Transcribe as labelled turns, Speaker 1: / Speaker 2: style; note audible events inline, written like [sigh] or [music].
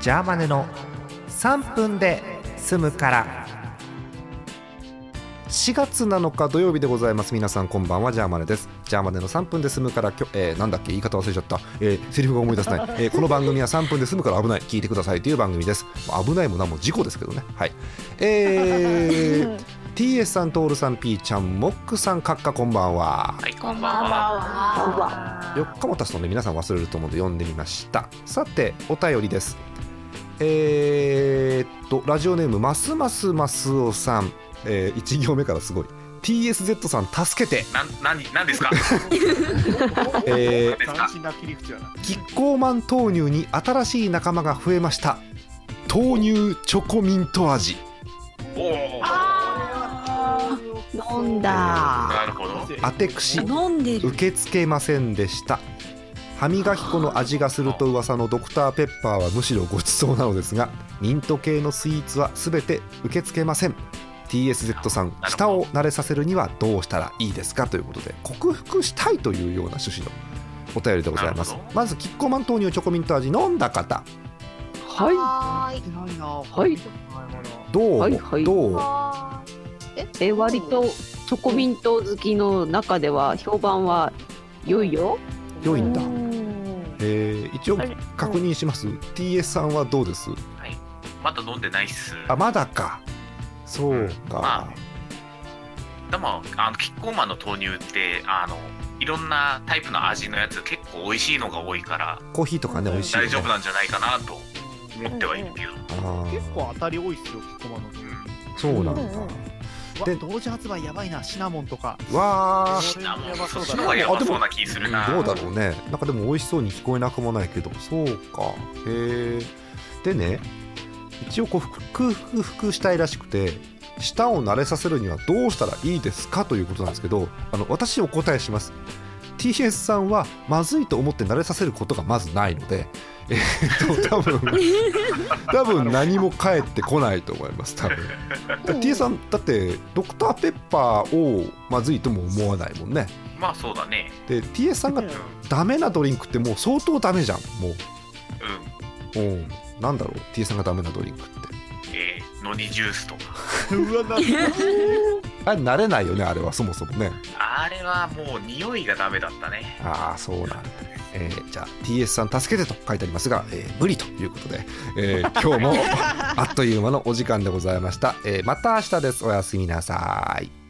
Speaker 1: ジャーマネの3分で済むから4月7日土曜日でございます皆さんこんばんはジャーマネですジャーマネの3分で済むからきょ、えーなんだっけ言い方忘れちゃった、えーセリフが思い出せない、えーこの番組は3分で済むから危ない聞いてくださいという番組ですまあ危ないもなんも事故ですけどねはいえー TS さん、トールさん、ピーちゃん、モックさん、カッカ、こんばんは。
Speaker 2: はい、こ
Speaker 3: こ
Speaker 2: ん
Speaker 3: ん
Speaker 2: ば
Speaker 3: ば
Speaker 2: ん
Speaker 3: ん
Speaker 2: は。
Speaker 3: は。
Speaker 1: 4日も経つとね皆さん忘れると思うので読んでみましたさてお便りですえー、っとラジオネームますますますおさん、え1行目からすごい TSZ さん助けて、
Speaker 2: なん、なに、なんですか。
Speaker 1: えー、
Speaker 2: ですか
Speaker 4: 斬新な切り口だな。
Speaker 1: キッコーマン豆乳に新しい仲間が増えました豆乳チョコミント味
Speaker 2: おお。
Speaker 3: 飲んだ。
Speaker 2: なるほど。
Speaker 1: あてくし
Speaker 5: 飲んでる
Speaker 1: 受け付けませんでした歯磨き粉の味がすると噂のドクターペッパーはむしろごちそうなのですがミント系のスイーツは全て受け付けません TSZ さん
Speaker 2: なるほど
Speaker 1: 舌を慣れさせるにはどうしたらいいですかということで克服したいというような趣旨のお便りでございます
Speaker 2: なるほど
Speaker 1: まずキッコーマン豆乳チョコミント味飲んだ方
Speaker 6: はい
Speaker 3: はい。
Speaker 4: てないな。
Speaker 6: はい
Speaker 4: 見たことないもの
Speaker 1: どう思う、
Speaker 6: はいはい
Speaker 1: どう
Speaker 3: はーい。
Speaker 6: え割とチョコミント好きの中では評判は良いよ
Speaker 1: 良いんだ、
Speaker 3: うん
Speaker 1: えー一応
Speaker 6: あれ
Speaker 1: 確認します TS さんはどうです
Speaker 2: まだ飲んでないっす。
Speaker 1: あまだかそうか、
Speaker 2: までも、あの、キッコーマンの豆乳って、あの。いろんなタイプの味のやつ、結構美味しいのが多いから、
Speaker 1: コーヒーとかね美味しいよね
Speaker 2: 大丈夫なんじゃないかなと。思ってはいるけど。
Speaker 1: あー
Speaker 4: 結構当たり多いっすよ、キッコマの。
Speaker 2: うん
Speaker 1: そうなんだ、
Speaker 3: うんうん
Speaker 4: わ
Speaker 1: で
Speaker 4: 同時発売やばいな、シナモンとか。
Speaker 1: わ
Speaker 4: これ
Speaker 2: あ、も
Speaker 4: や
Speaker 2: う、
Speaker 4: ば
Speaker 2: そ
Speaker 4: そ
Speaker 2: っ
Speaker 4: う
Speaker 2: ち
Speaker 4: だ
Speaker 2: の方
Speaker 4: な
Speaker 2: がやばそうな気するな。
Speaker 1: ーどうだろうねなんかでも美味しそうに聞こえなくもないけどそうかへえでね一応こう克服したいらしくて舌を慣れさせるにはどうしたらいいですかということなんですけどあの私お答えします TS さんはまずいと思って慣れさせることがまずないのでえーっ
Speaker 2: [laughs]
Speaker 1: と多分多分何も返ってこないと思います多分だから T さんだってドクターペッパーをまずいとも思わないもんね
Speaker 2: まあ、そうだね。
Speaker 1: で TS さんが
Speaker 4: うん
Speaker 1: ダメなドリンクってもう相当ダメじゃんも
Speaker 2: うん。
Speaker 1: う、うん、なんだろう TS さんがダメなドリンクって
Speaker 2: えー、のにジュースとか。
Speaker 4: うわ、なんか
Speaker 1: あれ慣れないよねあれはそもそもね
Speaker 2: あれはもう匂いがダメだったね。
Speaker 1: ああそうなんだ、えーじゃあ TS さん助けてと書いてありますが、えー無理ということで、えー今日もあっという間のお時間でございました、えーまた明日ですおやすみなさい